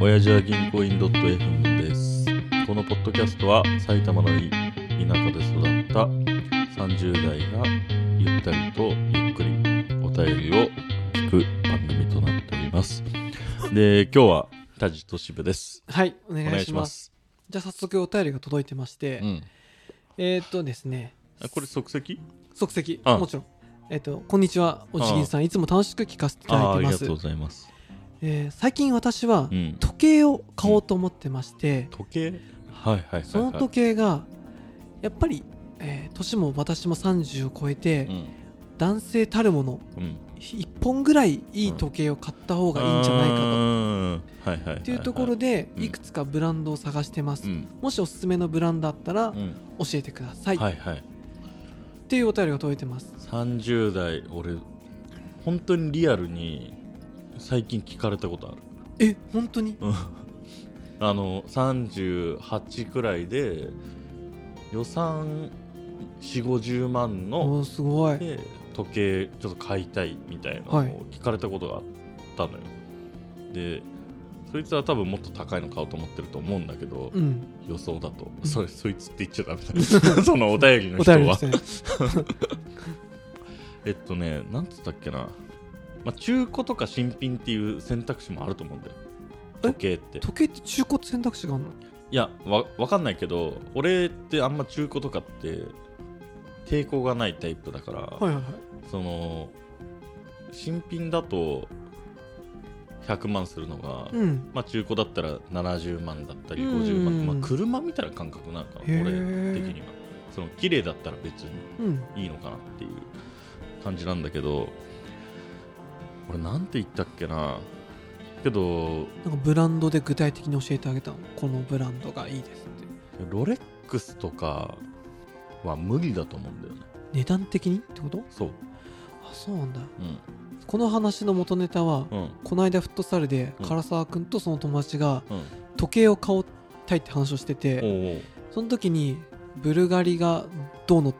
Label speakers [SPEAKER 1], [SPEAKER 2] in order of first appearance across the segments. [SPEAKER 1] 親父は銀行員 .fm ですこのポッドキャストは埼玉のい田舎で育った30代がゆったりとゆっくりお便りを聞く番組となっておりますで今日は田地と渋です
[SPEAKER 2] はい、お願
[SPEAKER 1] お
[SPEAKER 2] い
[SPEAKER 1] 願
[SPEAKER 2] しま
[SPEAKER 1] い
[SPEAKER 2] す。
[SPEAKER 1] します
[SPEAKER 2] じゃあ早速お便りが届いてまして、
[SPEAKER 1] うん
[SPEAKER 2] えーっとですね、
[SPEAKER 1] あこれ即席
[SPEAKER 2] 即席、
[SPEAKER 1] あ
[SPEAKER 2] もちろん。えーっと、こんにちは、おじぎんさん、いつも楽しく聞かせていただ
[SPEAKER 1] あ
[SPEAKER 2] い
[SPEAKER 1] ーあ
[SPEAKER 2] て
[SPEAKER 1] り
[SPEAKER 2] ま
[SPEAKER 1] がと
[SPEAKER 2] す
[SPEAKER 1] うご。ざいます、
[SPEAKER 2] えー最近私は
[SPEAKER 1] うん、
[SPEAKER 2] 時計を買おうと思ってまして、
[SPEAKER 1] 時計はいはいはい、はい、
[SPEAKER 2] その時計が、やっぱり、えー年も私も30を超えて、
[SPEAKER 1] うん
[SPEAKER 2] 男性たるもの、
[SPEAKER 1] うん
[SPEAKER 2] 1本ぐらいいい時計を買った方がいいんじゃないか
[SPEAKER 1] う
[SPEAKER 2] と。
[SPEAKER 1] ーんはいはいはいはい
[SPEAKER 2] っていうところで、
[SPEAKER 1] うん
[SPEAKER 2] いくつかブランドを探してます。
[SPEAKER 1] うん
[SPEAKER 2] もしおすすめのブランドあったら
[SPEAKER 1] う
[SPEAKER 2] 教
[SPEAKER 1] ん
[SPEAKER 2] えてください。
[SPEAKER 1] はいはい
[SPEAKER 2] っていうお便りが届いてます。
[SPEAKER 1] 30代俺本当にリアルに最近聞かれたことある
[SPEAKER 2] え本当に
[SPEAKER 1] うんあの38くらいで予算4 5 0万の
[SPEAKER 2] おーすごい
[SPEAKER 1] で時計ちょっと買いたいみたいなの
[SPEAKER 2] はい
[SPEAKER 1] を聞かれたことがあったのよ、でそいつは多分もっと高いの買おうと思ってると思うんだけど、
[SPEAKER 2] うん
[SPEAKER 1] 予想だと、
[SPEAKER 2] ん
[SPEAKER 1] それそいつって言っちゃダメだ そのお便りの
[SPEAKER 2] お
[SPEAKER 1] 人
[SPEAKER 2] 便りで
[SPEAKER 1] は
[SPEAKER 2] すね
[SPEAKER 1] えっとねなんつったっけな、まあ、中古とか新品っていう選択肢もあると思うんだよ
[SPEAKER 2] え
[SPEAKER 1] 時計って
[SPEAKER 2] 時計って中古って選択肢があるの
[SPEAKER 1] いやわわかんないけど俺ってあんま中古とかって抵抗がないタイプだから、
[SPEAKER 2] はいはいはい
[SPEAKER 1] その新品だと100万するのが、
[SPEAKER 2] うん
[SPEAKER 1] まあ、中古だったら70万だったり
[SPEAKER 2] うん
[SPEAKER 1] 50万、まあ、車みたいな感覚なのかな
[SPEAKER 2] へ
[SPEAKER 1] 俺
[SPEAKER 2] ー
[SPEAKER 1] 的にはその綺麗だったら別に
[SPEAKER 2] うん
[SPEAKER 1] いいのかなっていう感じなんだけど俺なんて言ったっけなけど
[SPEAKER 2] なんかブランドで具体的に教えてあげたのこのブランドがいいですって
[SPEAKER 1] ロレックスとかは無理だと思うんだよね
[SPEAKER 2] 値段的にってこと
[SPEAKER 1] そう
[SPEAKER 2] あそうなんだ
[SPEAKER 1] うん
[SPEAKER 2] この話の元ネタは、
[SPEAKER 1] うん
[SPEAKER 2] この間フットサルで
[SPEAKER 1] うん
[SPEAKER 2] 唐沢君とその友達が
[SPEAKER 1] うん
[SPEAKER 2] 時計を買おうたいって話をして
[SPEAKER 1] お
[SPEAKER 2] て
[SPEAKER 1] うおう
[SPEAKER 2] その時にブルガリがどうの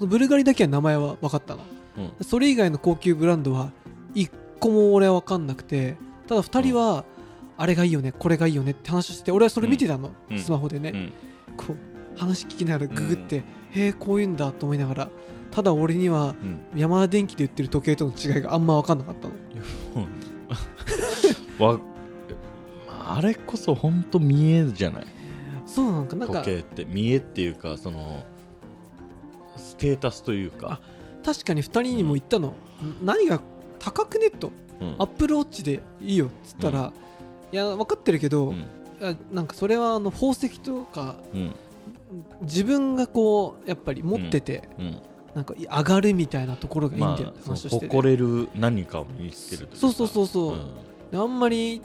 [SPEAKER 2] ブルガリだけは名前は分かったの
[SPEAKER 1] うん
[SPEAKER 2] それ以外の高級ブランドは一個も俺は分かんなくてただ2人はあれがいいよねこれがいいよねって話をして俺はそれ見てたの、
[SPEAKER 1] うん
[SPEAKER 2] スマホで
[SPEAKER 1] う
[SPEAKER 2] ね、
[SPEAKER 1] ん
[SPEAKER 2] こう話聞きながらググって、へえこういうんだと思いながらただ俺には
[SPEAKER 1] うん
[SPEAKER 2] ヤマダ電機で売ってる時計との違いがあんま分かんなかったの
[SPEAKER 1] わあれこそほんと見えじゃない
[SPEAKER 2] そうなんかなんか
[SPEAKER 1] 時計って見えっていうかそのステータスというか
[SPEAKER 2] 確かに2人にも言ったの、ん何が高くねと
[SPEAKER 1] うん
[SPEAKER 2] アップルウォッチでいいよっつったら、いや分かってるけど、
[SPEAKER 1] うん
[SPEAKER 2] あなんかそれはあの宝石とか
[SPEAKER 1] うん
[SPEAKER 2] 自分がこうやっぱり持ってて、
[SPEAKER 1] うん
[SPEAKER 2] なんか上がるみたいなところがいいん
[SPEAKER 1] ま
[SPEAKER 2] だよって
[SPEAKER 1] あ
[SPEAKER 2] 話
[SPEAKER 1] そ
[SPEAKER 2] を
[SPEAKER 1] の
[SPEAKER 2] してて、
[SPEAKER 1] 誇れる何かを見つけるといか
[SPEAKER 2] そうそうそうそう
[SPEAKER 1] うん
[SPEAKER 2] あんまり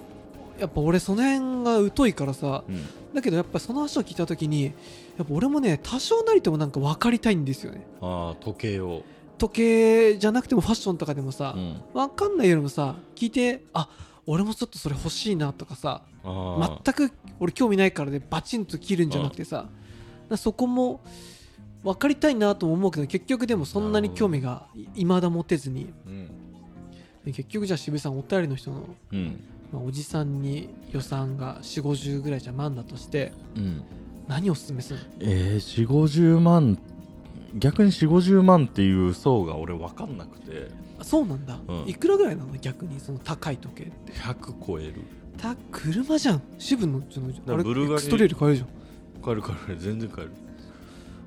[SPEAKER 2] やっぱ俺その辺が疎いからさ
[SPEAKER 1] うん
[SPEAKER 2] だけどやっぱその話を聞いた時にやっぱ俺もね多少なりともなんか分かりたいんですよね
[SPEAKER 1] ああ時計を、
[SPEAKER 2] 時計じゃなくてもファッションとかでも
[SPEAKER 1] う
[SPEAKER 2] さ、
[SPEAKER 1] ん、
[SPEAKER 2] 分かんないよりもさ聞いてあ俺もちょっとそれ欲しいなとかさ
[SPEAKER 1] あ
[SPEAKER 2] 全く俺興味ないからでバチンと切るんじゃなくてさなそこも分かりたいなとも思うけど結局でもそんなに興味がいまだ持てずに
[SPEAKER 1] く、うん
[SPEAKER 2] 結局じゃあ渋井さんお便りの人の、
[SPEAKER 1] うん
[SPEAKER 2] まあ、おじさんに予算が4 5 0ぐらいじゃ万だとして
[SPEAKER 1] うん、
[SPEAKER 2] 何をおすすめする
[SPEAKER 1] えー、4 5 0万逆に4 5 0万っていう層が俺分かんなくて
[SPEAKER 2] のそうなんだ、
[SPEAKER 1] うん
[SPEAKER 2] いくらぐらいなの逆にその高い時計って
[SPEAKER 1] 100超える
[SPEAKER 2] た車じゃん渋のちょっと
[SPEAKER 1] ら
[SPEAKER 2] あれ
[SPEAKER 1] ブルガリ
[SPEAKER 2] エクストレール買えるじゃん
[SPEAKER 1] 変える変える全然変える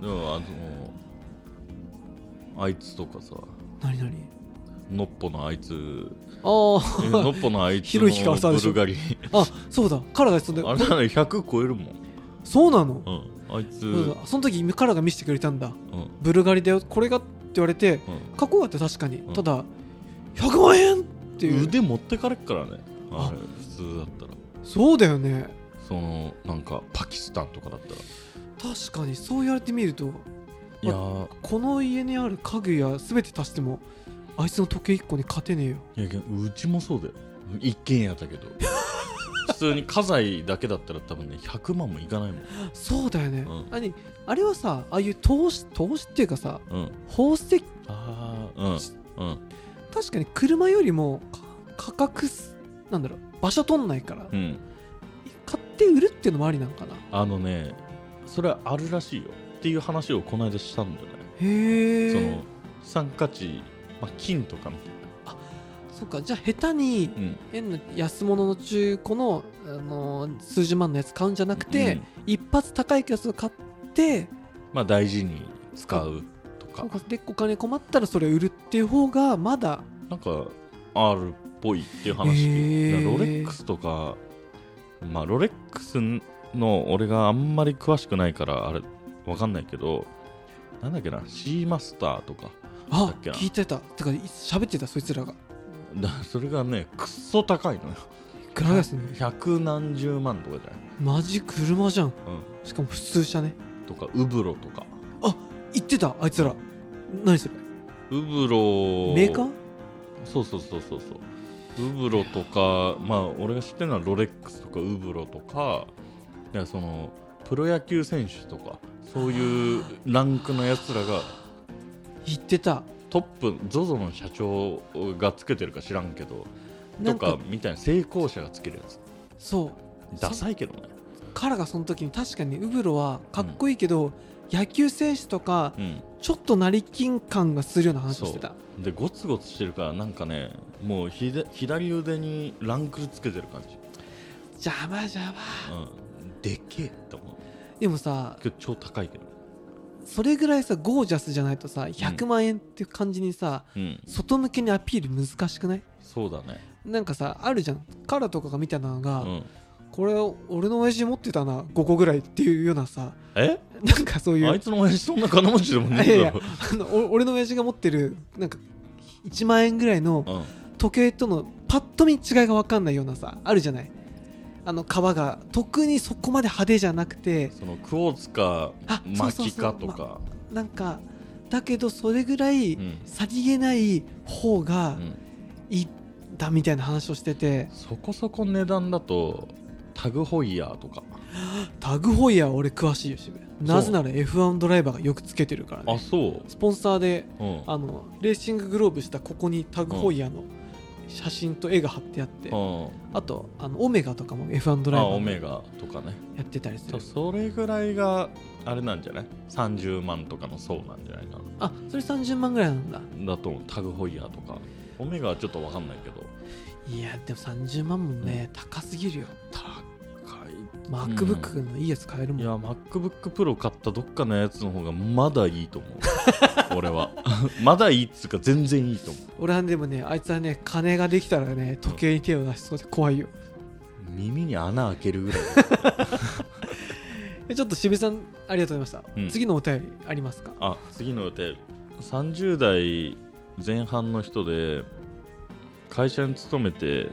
[SPEAKER 1] でもあのあいつとかさ
[SPEAKER 2] 何何
[SPEAKER 1] ノッポのあいつ え
[SPEAKER 2] あ
[SPEAKER 1] ノッポのあいつの
[SPEAKER 2] 広い光さん
[SPEAKER 1] ブ
[SPEAKER 2] でしょ
[SPEAKER 1] ルガリ
[SPEAKER 2] ああそうだカラがそんで
[SPEAKER 1] あれなら100超えるもん、
[SPEAKER 2] そうなの
[SPEAKER 1] うん、あいつ、う
[SPEAKER 2] そうんだその時カラが見せてくれたんだ
[SPEAKER 1] うん、
[SPEAKER 2] ブルガリだよこれがって言われてかっこよかった確かに、
[SPEAKER 1] うん
[SPEAKER 2] ただ100万円っていう
[SPEAKER 1] 腕持ってかれっからね
[SPEAKER 2] あ
[SPEAKER 1] あれ普通だったら
[SPEAKER 2] そうだよね
[SPEAKER 1] そのなんかパキスタンとかだったら
[SPEAKER 2] 確かにそう言われてみると
[SPEAKER 1] いやー
[SPEAKER 2] この家にある家具や全て足してもあいつの時計1個に勝てねえよ
[SPEAKER 1] いやけどうちもそうだよ一軒家だ けど普通に家財だけだったら多分ね100万もいかないもん
[SPEAKER 2] そうだよね、
[SPEAKER 1] うん
[SPEAKER 2] あれあれはさああいう投資投資っていうかさ
[SPEAKER 1] うん
[SPEAKER 2] 宝石
[SPEAKER 1] ああうんうん
[SPEAKER 2] 確かに車よりもか価格すなんだろう場所取んないから、
[SPEAKER 1] うん
[SPEAKER 2] っていうのもありなんかな
[SPEAKER 1] あのねそれはあるらしいよっていう話をこの間したんだよね、
[SPEAKER 2] へえ
[SPEAKER 1] その酸化値、まあ、金とかみたい
[SPEAKER 2] そっかじゃあ下手に
[SPEAKER 1] な、うん、
[SPEAKER 2] 変な安物の中古の、あのー数十万のやつ買うんじゃなくて、
[SPEAKER 1] うん
[SPEAKER 2] 一発高いやつを買って
[SPEAKER 1] まあ大事に使うとか
[SPEAKER 2] そうかでお金困ったらそれ売るっていう方がまだ
[SPEAKER 1] なんかあるっぽいっていう話、
[SPEAKER 2] へー
[SPEAKER 1] ロレックスとかまあロレックスの俺があんまり詳しくないからあれわかんないけどなんだっけなシーマスターとか
[SPEAKER 2] あ
[SPEAKER 1] だっけな
[SPEAKER 2] 聞いてたてかい喋ってたそいつらが
[SPEAKER 1] だそれがねくっそ高いのよ
[SPEAKER 2] グラガスに
[SPEAKER 1] 百何十万とかじゃない、
[SPEAKER 2] マジ車じゃん
[SPEAKER 1] う
[SPEAKER 2] しかも普通車ね
[SPEAKER 1] ん、とかウブロとか
[SPEAKER 2] 言ってたあいつら何それ
[SPEAKER 1] ウブロ
[SPEAKER 2] メーカー
[SPEAKER 1] そうそうそうそうそうウブロとかまあ俺が知ってるのはロレックスとかウブロとかいやそのプロ野球選手とかそういうランクのやつらが
[SPEAKER 2] 言ってた
[SPEAKER 1] トップ ZOZO の社長がつけてるか知らんけど
[SPEAKER 2] な
[SPEAKER 1] と
[SPEAKER 2] ん
[SPEAKER 1] か
[SPEAKER 2] か
[SPEAKER 1] みたいな成功者がつけるやつ
[SPEAKER 2] そう
[SPEAKER 1] ダサいけどね
[SPEAKER 2] カラがその時に確かにウブロはかっこいいけど、野球選手とか
[SPEAKER 1] う
[SPEAKER 2] ちょっと成金感がするような話をしてた
[SPEAKER 1] んでゴツゴツしてるからなんかねもうひで左腕にランクルつけてる感じ、
[SPEAKER 2] 邪魔邪魔
[SPEAKER 1] うん、でけえって思う
[SPEAKER 2] でもさ
[SPEAKER 1] けど超高いけど、
[SPEAKER 2] それぐらいさゴージャスじゃないとさ100万円っていう感じにさ、
[SPEAKER 1] うん、
[SPEAKER 2] 外向けにアピール難しくない
[SPEAKER 1] そうだね
[SPEAKER 2] なんかさあるじゃんカラとかが見たのが、
[SPEAKER 1] うん
[SPEAKER 2] これ俺の親父持ってたな5個ぐらいっていうようなさ
[SPEAKER 1] え
[SPEAKER 2] なんかそういう
[SPEAKER 1] あいつの親父そんな金持ちでもね
[SPEAKER 2] いや
[SPEAKER 1] え
[SPEAKER 2] い
[SPEAKER 1] だ
[SPEAKER 2] や
[SPEAKER 1] ろ、
[SPEAKER 2] あのお俺の親父が持ってるなんか1万円ぐらいの
[SPEAKER 1] うん、
[SPEAKER 2] 時計とのパッと見違いが分かんないようなさあるじゃないあの革が特にそこまで派手じゃなくて
[SPEAKER 1] そのクォーツか
[SPEAKER 2] あそうそう
[SPEAKER 1] 巻き
[SPEAKER 2] そう
[SPEAKER 1] かとか
[SPEAKER 2] なんかだけどそれぐらい
[SPEAKER 1] うん
[SPEAKER 2] さりげない方が
[SPEAKER 1] うん
[SPEAKER 2] いいんだみたいな話をしてて
[SPEAKER 1] そこそこ値段だとタグホイヤーとか
[SPEAKER 2] タグホイヤー俺詳しいよ渋谷なぜなら F1 ドライバーがよくつけてるから
[SPEAKER 1] あ
[SPEAKER 2] ね
[SPEAKER 1] そ
[SPEAKER 2] スポンサーで
[SPEAKER 1] う、うん、
[SPEAKER 2] あのレーシンググローブしたここにタグホイヤーの写真と絵が貼ってあって、
[SPEAKER 1] うん
[SPEAKER 2] あとあのオメガとかも F1 ドラ
[SPEAKER 1] あ
[SPEAKER 2] イバ
[SPEAKER 1] オメ
[SPEAKER 2] ーが
[SPEAKER 1] ガとかね
[SPEAKER 2] やってたりす
[SPEAKER 1] そ
[SPEAKER 2] る
[SPEAKER 1] うそれぐらいがあれなんじゃない30万とかの層なんじゃないか
[SPEAKER 2] あそれ30万ぐらいなんだ
[SPEAKER 1] なだと思うタグホイヤーとかオメガはちょっと分かんないけど
[SPEAKER 2] いやでも30万もね、高すぎるよ
[SPEAKER 1] 高い
[SPEAKER 2] MacBook のいいやつ買えるも
[SPEAKER 1] い
[SPEAKER 2] ん、
[SPEAKER 1] や MacBookPro 買ったどっかのやつの方がまだいいと 思う俺は まだいいっつうか全然いいと思
[SPEAKER 2] 俺はでもねあいつはね金ができたらね時計に手を出しそうで怖いよ
[SPEAKER 1] う耳に穴開けるぐらい
[SPEAKER 2] えちょっと渋井さんありがとうございました、
[SPEAKER 1] うん
[SPEAKER 2] 次のお便りありますか
[SPEAKER 1] あ次の予定30代前半の人で会社に勤めて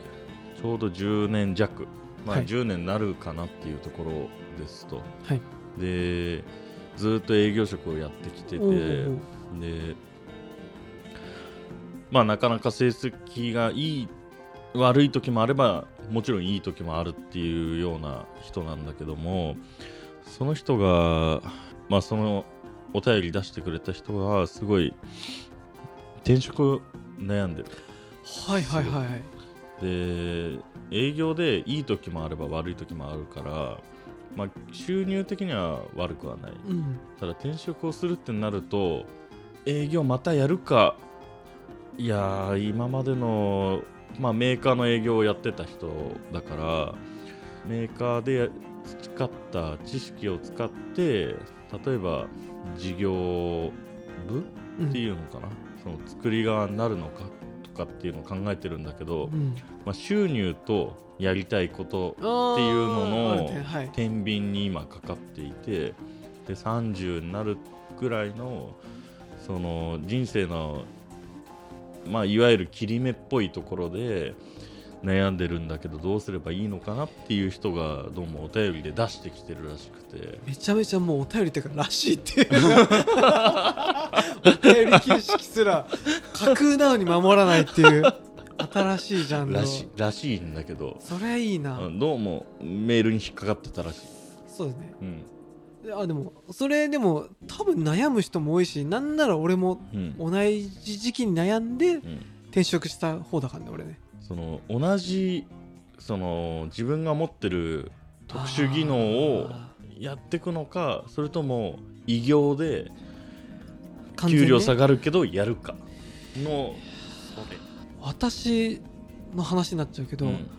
[SPEAKER 1] ちょうど10年弱まあ
[SPEAKER 2] はい
[SPEAKER 1] 10年なるかなっていうところですと、
[SPEAKER 2] はい
[SPEAKER 1] でずっと営業職をやってきてて
[SPEAKER 2] おうおうおう
[SPEAKER 1] でまあなかなか成績がいい悪い時もあればもちろんいい時もあるっていうような人なんだけどもその人がまあそのお便り出してくれた人がすごい転職を悩んでる
[SPEAKER 2] はいはいはいはい
[SPEAKER 1] で営業でいい時もあれば悪い時もあるから、まあ、収入的には悪くはない
[SPEAKER 2] うん
[SPEAKER 1] ただ転職をするってなると営業またやるかいやー今までの、まあ、メーカーの営業をやってた人だからメーカーで培った知識を使って例えば事業部
[SPEAKER 2] う
[SPEAKER 1] って
[SPEAKER 2] ん
[SPEAKER 1] いうのかな、その作り側になるのかとかっていうのを考えてるんだけど、
[SPEAKER 2] うん
[SPEAKER 1] まあ、収入とやりたいこと
[SPEAKER 2] あー
[SPEAKER 1] っていうのの
[SPEAKER 2] あるねはい
[SPEAKER 1] 天秤に今かかっていてで30になるぐらいのその人生の、まあ、いわゆる切り目っぽいところで悩んでるんだけどどうすればいいのかなっていう人がどうもお便りで出してきてるらしくて
[SPEAKER 2] めちゃめちゃもうお便りっていうからしいっていう のがお便り形式すら架空なのに守らないっていう新しいジャンル
[SPEAKER 1] らしらしいんだけど、
[SPEAKER 2] それいいな、
[SPEAKER 1] うんどうもメールに引っかかってたらしい。
[SPEAKER 2] そうですね
[SPEAKER 1] うん
[SPEAKER 2] あでもそれでも多分悩む人も多いしなんなら俺も
[SPEAKER 1] うん
[SPEAKER 2] 同じ時期に悩んで
[SPEAKER 1] うん
[SPEAKER 2] 転職した方だからね俺ね
[SPEAKER 1] その同じその自分が持ってる特殊技能を
[SPEAKER 2] あ
[SPEAKER 1] やっていくのかそれとも異業で
[SPEAKER 2] ー完全
[SPEAKER 1] 給
[SPEAKER 2] ね
[SPEAKER 1] 料下がるけどやるかのそれ
[SPEAKER 2] 私の話になっちゃうけど、
[SPEAKER 1] うん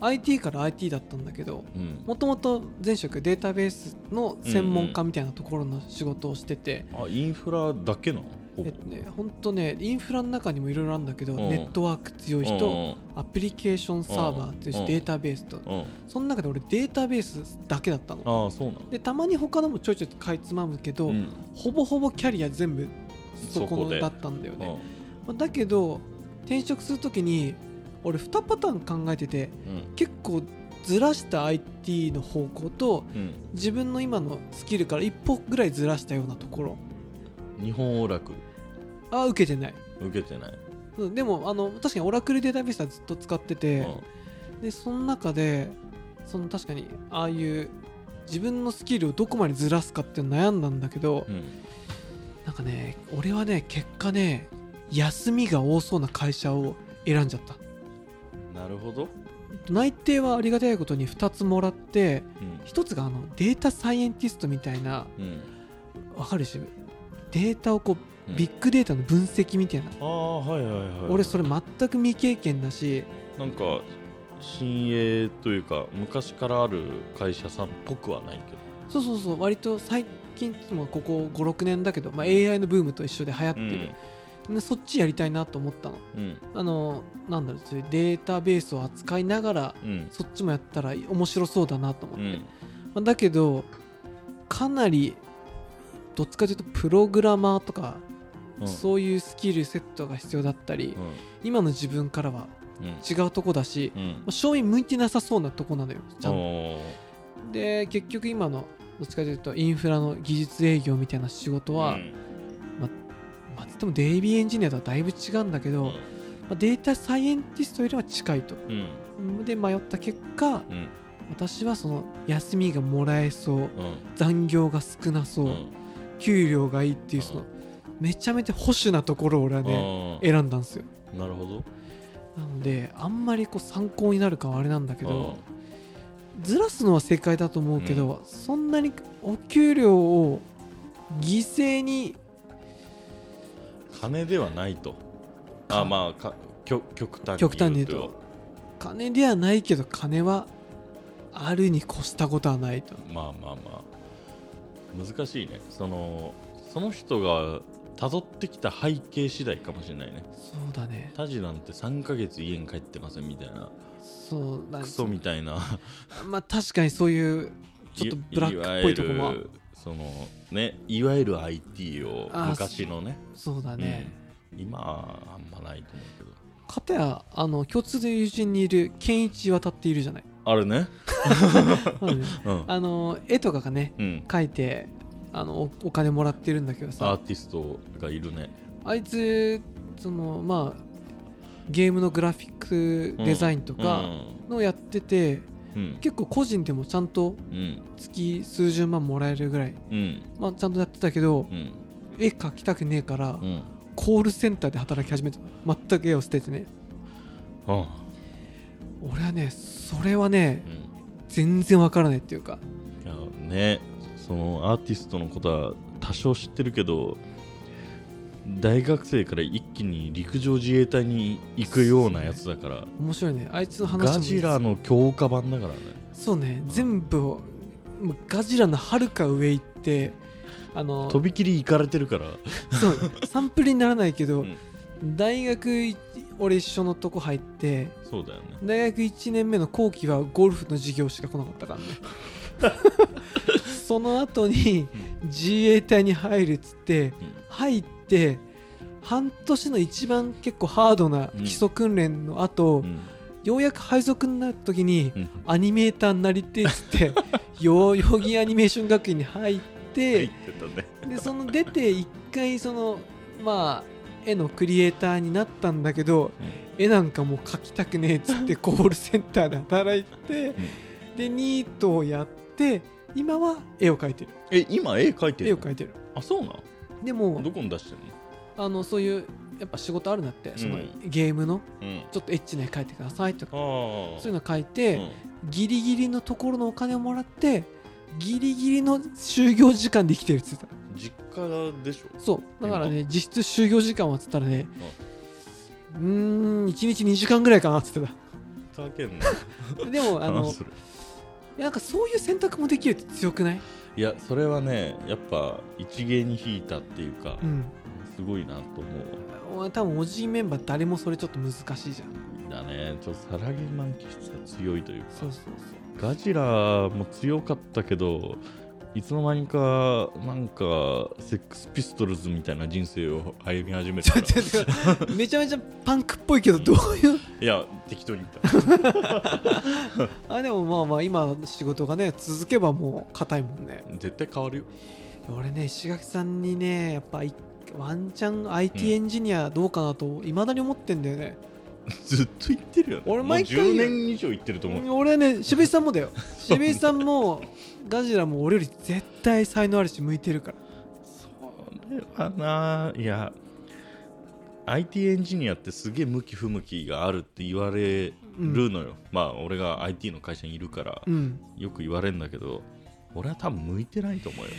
[SPEAKER 2] IT から IT だったんだけど
[SPEAKER 1] うん
[SPEAKER 2] もともと前職データベースの専門家みたいなところの仕事をしてて、
[SPEAKER 1] あインフラだけなのほぼ
[SPEAKER 2] えっとね、ほんとねインフラの中にもいろいろあるんだけど、
[SPEAKER 1] ん
[SPEAKER 2] ネットワーク強い人、アプリケーションサーバーっていうし、
[SPEAKER 1] うん
[SPEAKER 2] データベースと、
[SPEAKER 1] うんうんうん
[SPEAKER 2] その中で俺データベースだけだったの
[SPEAKER 1] ああそうなの
[SPEAKER 2] でたまに他のもちょいちょいかいつまむけど、
[SPEAKER 1] うん
[SPEAKER 2] ほぼほぼキャリア全部そこ
[SPEAKER 1] そ
[SPEAKER 2] の
[SPEAKER 1] こで
[SPEAKER 2] だったんだよ
[SPEAKER 1] う
[SPEAKER 2] ね、
[SPEAKER 1] ん
[SPEAKER 2] まあだけど転職するときに俺2パターン考えてて結構ずらした IT の方向と
[SPEAKER 1] うん
[SPEAKER 2] 自分の今のスキルから一歩ぐらいずらしたようなところ
[SPEAKER 1] うん日本オラク
[SPEAKER 2] あ受けてない、
[SPEAKER 1] ル受けてない
[SPEAKER 2] うん、でもあの確かにオラクルデータベースはずっと使ってて、でその中でその確かにああいう自分のスキルをどこまでずらすかって悩んだんだけど、
[SPEAKER 1] うんうん
[SPEAKER 2] なんかね俺はね結果ね休みが多そうな会社を選んじゃった
[SPEAKER 1] なるほど
[SPEAKER 2] 内定はありがたいことに2つもらって
[SPEAKER 1] うん
[SPEAKER 2] 1つがあのデータサイエンティストみたいな
[SPEAKER 1] うん
[SPEAKER 2] わかるでしょデータをこう
[SPEAKER 1] うん
[SPEAKER 2] ビッグデータの分析みたいな、
[SPEAKER 1] ああはいはいはい
[SPEAKER 2] 俺それ全く未経験だし
[SPEAKER 1] なんか新鋭というか昔からある会社さんっぽくはないけど
[SPEAKER 2] そうそうそう割と最近ってもここ56年だけど、まあ、AI のブームと一緒で流行ってる、でそっちやりたいなと思ったの
[SPEAKER 1] うん
[SPEAKER 2] あのなんだろうそういうデータベースを扱いながら
[SPEAKER 1] うん
[SPEAKER 2] そっちもやったら面白そうだなと思っ
[SPEAKER 1] う
[SPEAKER 2] て、
[SPEAKER 1] ん
[SPEAKER 2] まあだけどかなりどっちかというとプログラマーとか、
[SPEAKER 1] うん
[SPEAKER 2] そういうスキルセットが必要だったり、今の自分からは
[SPEAKER 1] うんうん
[SPEAKER 2] 違うとこだし、
[SPEAKER 1] うん
[SPEAKER 2] まあ正味向いてなさそうなとこなのよちゃんと
[SPEAKER 1] おー
[SPEAKER 2] で結局今のどっちかというとインフラの技術営業みたいな仕事は、
[SPEAKER 1] うん
[SPEAKER 2] まあ、つってもデイビーエンジニアとはだいぶ違うんだけど、まあ、データサイエンティストよりは近いと
[SPEAKER 1] うん
[SPEAKER 2] で迷った結果
[SPEAKER 1] うん
[SPEAKER 2] 私はその休みがもらえそう
[SPEAKER 1] うん
[SPEAKER 2] 残業が少なそう、
[SPEAKER 1] うん
[SPEAKER 2] 給料がいいっていうその、
[SPEAKER 1] うん
[SPEAKER 2] めちゃめちゃ保守なところを俺はね
[SPEAKER 1] あー
[SPEAKER 2] 選んだんですよ
[SPEAKER 1] なるほど
[SPEAKER 2] なのであんまりこう参考になるかはあれなんだけ
[SPEAKER 1] うん
[SPEAKER 2] どずらすのは正解だと思うけど、そんなにお給料を犠牲に
[SPEAKER 1] 金ではないとあまあか極極端に言う
[SPEAKER 2] 極端に言うと金ではないけど金はあるに越したことはないと
[SPEAKER 1] まあまあまあ難しいねそのその人が辿ってきた背景次第かもしれないね
[SPEAKER 2] そうだね
[SPEAKER 1] タジなんて3ヶ月家に帰ってませんみたいな
[SPEAKER 2] そうだね
[SPEAKER 1] クソみたいな
[SPEAKER 2] まあ確かにそういうちょっとブラックっぽいとこ
[SPEAKER 1] わゆ
[SPEAKER 2] も
[SPEAKER 1] るそのねいわゆる IT を
[SPEAKER 2] あ
[SPEAKER 1] 昔のね
[SPEAKER 2] そうだね、
[SPEAKER 1] うん今はあんまないと思うけど
[SPEAKER 2] かたやあの共通の友人にいる健一渡っているじゃ ない
[SPEAKER 1] あれね
[SPEAKER 2] まあね
[SPEAKER 1] うん、
[SPEAKER 2] あの絵とかがね
[SPEAKER 1] うん、
[SPEAKER 2] 描いてあのおお金もらってるんだけど
[SPEAKER 1] アー
[SPEAKER 2] さ
[SPEAKER 1] ティストがいるね
[SPEAKER 2] あいつそのまあゲームのグラフィックデザインと
[SPEAKER 1] うん
[SPEAKER 2] かのやってて、
[SPEAKER 1] うん
[SPEAKER 2] 結構個人でもちゃんと
[SPEAKER 1] うん
[SPEAKER 2] 月数十万もらえるぐらい、
[SPEAKER 1] うん
[SPEAKER 2] まあ、ちゃんとやってたけど、
[SPEAKER 1] うん
[SPEAKER 2] 絵描きたくねえから、
[SPEAKER 1] うん
[SPEAKER 2] コールセンターで働き始めた全く絵を捨ててね
[SPEAKER 1] うん
[SPEAKER 2] 俺はねそれはね
[SPEAKER 1] うん
[SPEAKER 2] 全然わからないっていうか
[SPEAKER 1] いやねそのアーティストのことは多少知ってるけど大学生から一気に陸上自衛隊に行くようなやつだから
[SPEAKER 2] 面白いねあいつの話も
[SPEAKER 1] ガジラの強化版だからね
[SPEAKER 2] そうね全部をもうガジラのはるか上行ってあの
[SPEAKER 1] とびきり行かれてるから
[SPEAKER 2] そうサンプルにならないけど、
[SPEAKER 1] うん
[SPEAKER 2] 大学い俺一緒のとこ入って
[SPEAKER 1] そうだよね
[SPEAKER 2] 大学1年目の後期はゴルフの授業しか来なかったからねその後に自衛隊に入るっつって入って半年の一番結構ハードな基礎訓練の後、
[SPEAKER 1] うん
[SPEAKER 2] ようやく配属になった時に
[SPEAKER 1] うん
[SPEAKER 2] アニメーターになりてえっつって 代々木アニメーション学院に入って
[SPEAKER 1] てたね
[SPEAKER 2] でその出て一回そのまあ絵のクリエイターになったんだけど絵なんかもう描きたくねえっ つってコールセンターで働いて、でニートをやって今は絵を描いてる
[SPEAKER 1] え今絵描いて
[SPEAKER 2] 絵
[SPEAKER 1] る
[SPEAKER 2] を
[SPEAKER 1] の
[SPEAKER 2] 描いてる
[SPEAKER 1] あそうな
[SPEAKER 2] で
[SPEAKER 1] の
[SPEAKER 2] も
[SPEAKER 1] どこに出してる
[SPEAKER 2] あのそういうやっぱ仕事あるんだって、その
[SPEAKER 1] うん
[SPEAKER 2] ゲームの
[SPEAKER 1] の
[SPEAKER 2] ちょっとエッチな絵描いてくださいと
[SPEAKER 1] あ
[SPEAKER 2] か
[SPEAKER 1] あ
[SPEAKER 2] そういうの描いて、ギリギリのところのお金をもらってギリギリの就業時間で生きてるっつってた
[SPEAKER 1] 実家でしょ
[SPEAKER 2] そうだからね実質就業時間はっつったらねうーん1日2時間ぐらいかなっつって
[SPEAKER 1] ふざけん
[SPEAKER 2] た でも あ
[SPEAKER 1] な
[SPEAKER 2] の
[SPEAKER 1] 話する
[SPEAKER 2] なんかそういう選択もできるって強くない
[SPEAKER 1] いやそれはねやっぱ一芸に引いたっていうか、
[SPEAKER 2] うん
[SPEAKER 1] すごいなと思う
[SPEAKER 2] お多分おじいメンバー誰もそれちょっと難しいじゃん
[SPEAKER 1] だねちょっとサラリーマン気質が強いというか
[SPEAKER 2] そうそうそう
[SPEAKER 1] ガジラも強かったけどいつの間にかなんかセックスピストルズみたいな人生を歩み始め
[SPEAKER 2] ち
[SPEAKER 1] た
[SPEAKER 2] ょ
[SPEAKER 1] か
[SPEAKER 2] っ
[SPEAKER 1] ら
[SPEAKER 2] と待 ってめちゃめちゃパンクっぽいけどどういう
[SPEAKER 1] いや適当に言った
[SPEAKER 2] あでもまあまあ今仕事がね続けばもう硬いもんね
[SPEAKER 1] 絶対変わるよ
[SPEAKER 2] 俺ね石垣さんにねやっぱいワンチャン IT エンジニアどうかなといまだに思ってんだよね、
[SPEAKER 1] ずっと言ってるよね
[SPEAKER 2] 俺毎回
[SPEAKER 1] もう10年以上言ってると思う
[SPEAKER 2] 俺ね渋井さんもだよ渋井さんもガジラも俺より絶対才能あるし向いてるから
[SPEAKER 1] それはないや IT エンジニアってすげえ向き不向きがあるって言われるのよ、まあ俺が IT の会社にいるから
[SPEAKER 2] うん
[SPEAKER 1] よく言われるんだけど俺は多分向いてないと思うよ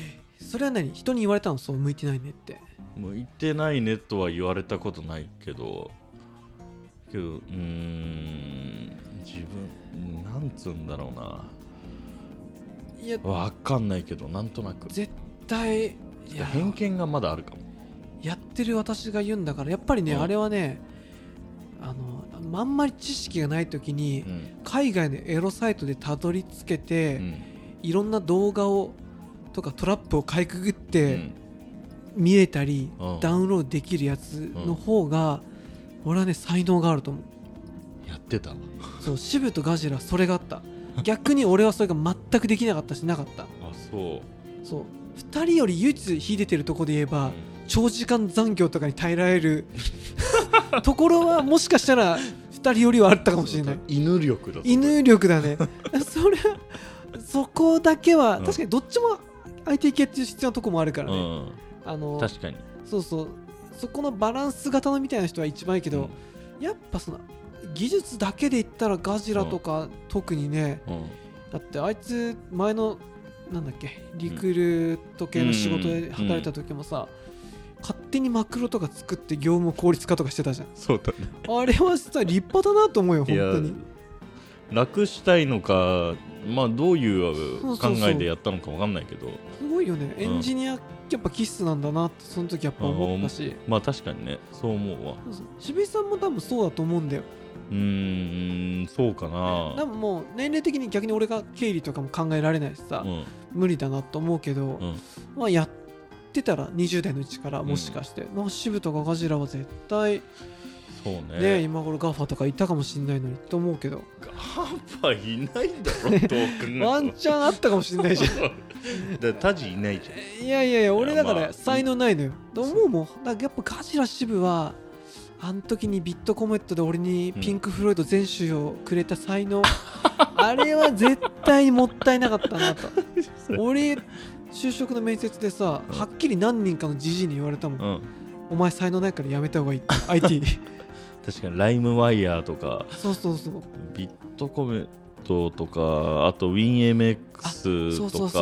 [SPEAKER 2] それは何人に言われたのそう向いてないねって
[SPEAKER 1] 向いてないねとは言われたことないけどけどうーん自分なんつうんだろうない
[SPEAKER 2] や
[SPEAKER 1] わかんないけどなんとなく
[SPEAKER 2] 絶対いや
[SPEAKER 1] 偏見がまだあるかも
[SPEAKER 2] やってる私が言うんだからやっぱりね、
[SPEAKER 1] うん
[SPEAKER 2] あれはねあのあんまり知識がない時に、
[SPEAKER 1] うん
[SPEAKER 2] 海外のエロサイトでたどり着けて、
[SPEAKER 1] うん
[SPEAKER 2] いろんな動画をとかトラップをかいくぐっ
[SPEAKER 1] う
[SPEAKER 2] て
[SPEAKER 1] ん
[SPEAKER 2] 見れたり、
[SPEAKER 1] うん
[SPEAKER 2] ダウンロードできるやつの方が、俺はね才能があると思う
[SPEAKER 1] やってた
[SPEAKER 2] そうシブとガジラそれがあった逆に俺はそれが全くできなかったしなかった
[SPEAKER 1] あそう
[SPEAKER 2] そう2人より唯一秀でてるとこで言えば、長時間残業とかに耐えられるところはもしかしたら2人よりはあったかもしれない
[SPEAKER 1] 犬力だ
[SPEAKER 2] 犬力だねそれはそこだけは、
[SPEAKER 1] うん
[SPEAKER 2] 確かにどっちも IT 系っていう必要なとこもあるから
[SPEAKER 1] う
[SPEAKER 2] ね、
[SPEAKER 1] ん
[SPEAKER 2] あの
[SPEAKER 1] 確かに
[SPEAKER 2] そうそうそこのバランス型のみたいな人は一番いいけど、やっぱその技術だけで言ったらガジラとか、特にね
[SPEAKER 1] うんうん
[SPEAKER 2] だってあいつ前のなんだっけリクルート系の仕事で働いた時もさ、勝手にマクロとか作って業務効率化とかしてたじゃん
[SPEAKER 1] そうだね
[SPEAKER 2] あれはさ立派だなと思うよ
[SPEAKER 1] い
[SPEAKER 2] 本
[SPEAKER 1] や
[SPEAKER 2] 当に
[SPEAKER 1] 楽したいのかまあどういう
[SPEAKER 2] そ
[SPEAKER 1] 考
[SPEAKER 2] うそうそう
[SPEAKER 1] えでやったのかわかんないけど
[SPEAKER 2] すごいよねエンジニアやっぱ気質なんだなってその時やっぱ思ったし、
[SPEAKER 1] まあ確かにねそう思うわ
[SPEAKER 2] そうそう渋井さんも多分そうだと思うんだよ
[SPEAKER 1] うーんそうかな
[SPEAKER 2] 多分もう年齢的に逆に俺が経理とかも考えられないしさ、
[SPEAKER 1] うん
[SPEAKER 2] 無理だなと思うけど、
[SPEAKER 1] うん
[SPEAKER 2] まあやってたら20代のうちからもしかして、まあ渋とかガジラは絶対
[SPEAKER 1] そうね
[SPEAKER 2] ね、今頃ガファとかいたかもしれないのにと思うけど、
[SPEAKER 1] ガーパい ないだろどう考えても
[SPEAKER 2] ワンチャンあったかもし れないじゃん
[SPEAKER 1] だからタジいないじゃん
[SPEAKER 2] いやいやいや俺だか
[SPEAKER 1] いやま
[SPEAKER 2] ら
[SPEAKER 1] あ
[SPEAKER 2] 才能ないのよ、と思うもんだからやっぱガジラ渋はあの時にビットコメットで俺にピンク・フロイド全集をくれた才 能、あれは絶対にもったいなかった なと俺就職の面接でさ、
[SPEAKER 1] うん
[SPEAKER 2] はっきり何人かのじじいに言われたもん、
[SPEAKER 1] うん
[SPEAKER 2] お前才能ないからやめた方がいいって IT
[SPEAKER 1] 確かにライムワイヤーとか
[SPEAKER 2] そうそうそう
[SPEAKER 1] ビットコメントとかあと WinMX
[SPEAKER 2] あそうそ
[SPEAKER 1] と
[SPEAKER 2] うそう
[SPEAKER 1] か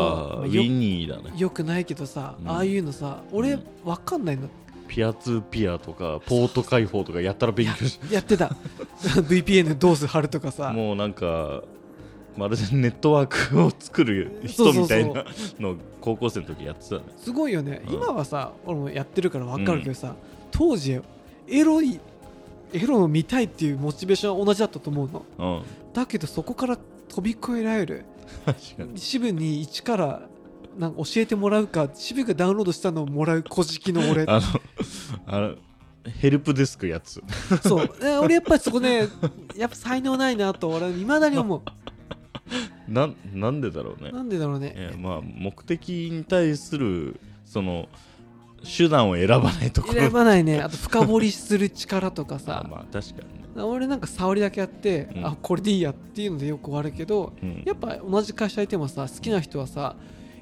[SPEAKER 2] よ
[SPEAKER 1] Winnie だね
[SPEAKER 2] よくないけどさ、
[SPEAKER 1] うん
[SPEAKER 2] ああいうのさ
[SPEAKER 1] う
[SPEAKER 2] 俺
[SPEAKER 1] ん
[SPEAKER 2] わかんないの
[SPEAKER 1] ピアツーピアとかポート開放とかやったら勉強し
[SPEAKER 2] やってた VPN どうする貼るとかさ
[SPEAKER 1] もうなんかまるでネットワークを作る人みたいなのを高校生の時やってたね
[SPEAKER 2] すごいよね、
[SPEAKER 1] うん
[SPEAKER 2] 今はさ俺もやってるからわかるけどさ、当時よエロいエロを見たいっていうモチベーションは同じだったと思うの
[SPEAKER 1] うん
[SPEAKER 2] だけどそこから飛び越えられる
[SPEAKER 1] 確かに
[SPEAKER 2] 支部に一からなんか教えてもらうか支部がダウンロードしたのをもらう小じきの俺
[SPEAKER 1] あのあのヘルプデスクやつ
[SPEAKER 2] そうえ俺やっぱりそこね やっぱ才能ないなと俺はいまだに思
[SPEAKER 1] なんなんでだろうね
[SPEAKER 2] うなんでだろうね
[SPEAKER 1] えまあ目的に対するその手段を選ばないところ
[SPEAKER 2] 選ばないねあと深掘りする力とかさ
[SPEAKER 1] あまあ確かにね
[SPEAKER 2] 俺なんか触りだけやって、
[SPEAKER 1] うん
[SPEAKER 2] あこれでいいやっていうのでよく終わるけど
[SPEAKER 1] うん
[SPEAKER 2] やっぱ同じ会社いてもさ好きな人はさ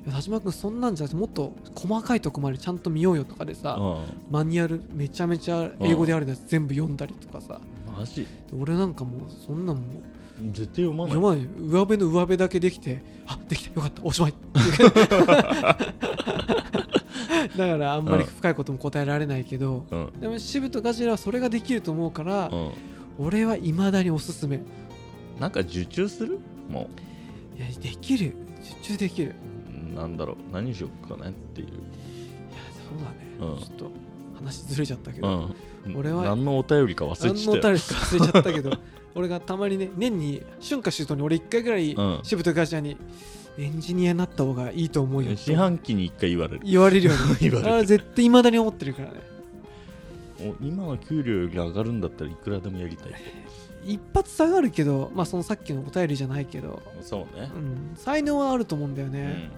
[SPEAKER 2] いや田島君そんなんじゃなくてもっと細かいとこまでちゃんと見ようよとかでさ、
[SPEAKER 1] う
[SPEAKER 2] マニュアルめちゃめちゃ英語であるやつ全部読んだりとかさ、
[SPEAKER 1] んマジ
[SPEAKER 2] で俺なんかもうそんなんもう
[SPEAKER 1] 絶対読まない
[SPEAKER 2] 読まない上辺の上辺だけできてあできたよかったおしまい だからあんまり深いことも答えられないけど、
[SPEAKER 1] うん
[SPEAKER 2] でも渋とガジラはそれができると思うから、
[SPEAKER 1] う
[SPEAKER 2] 俺はいまだにおすすめい
[SPEAKER 1] ん、なんか受注するも
[SPEAKER 2] やできる集中できるいう
[SPEAKER 1] なんだろう何しよっかねっていう、
[SPEAKER 2] やそうだ
[SPEAKER 1] う
[SPEAKER 2] ね、
[SPEAKER 1] ん
[SPEAKER 2] ちょっと話ずれちゃったけ
[SPEAKER 1] う
[SPEAKER 2] ど、
[SPEAKER 1] ん、
[SPEAKER 2] 俺は
[SPEAKER 1] 何のお便りか忘れ
[SPEAKER 2] 何
[SPEAKER 1] ち
[SPEAKER 2] の
[SPEAKER 1] ゃ
[SPEAKER 2] お
[SPEAKER 1] ったよ
[SPEAKER 2] 便りか忘れちゃったけど 俺がたまにね年に春夏秋冬に俺1回ぐらい
[SPEAKER 1] うん
[SPEAKER 2] 渋とガジラにエンジニアになった方がいいと思うよって
[SPEAKER 1] 四半期に一回言われる
[SPEAKER 2] 言われるよね
[SPEAKER 1] 言われる
[SPEAKER 2] あれ絶対いまだに思ってるからね
[SPEAKER 1] お今の給料より上がるんだったらいくらでもやりたい
[SPEAKER 2] 一発下がるけどまあそのさっきのお便りじゃないけど、
[SPEAKER 1] そうね
[SPEAKER 2] うん、才能はあると思うんだよ
[SPEAKER 1] う
[SPEAKER 2] ね、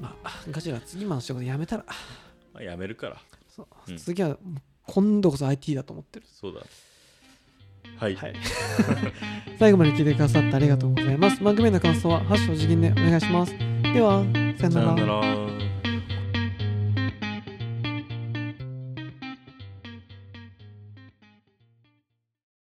[SPEAKER 1] ん
[SPEAKER 2] まあガジラ次の仕事辞めたら
[SPEAKER 1] まあ、やめるから
[SPEAKER 2] そう
[SPEAKER 1] うん
[SPEAKER 2] 次は今度こそ IT だと思ってる、
[SPEAKER 1] そうだはい、
[SPEAKER 2] はい最後まで聞いてくださってありがとうございます番組への感想は「ハッシュお辞儀」でお願いしますではさよ
[SPEAKER 1] さ
[SPEAKER 2] な
[SPEAKER 1] よ
[SPEAKER 2] ら
[SPEAKER 1] なら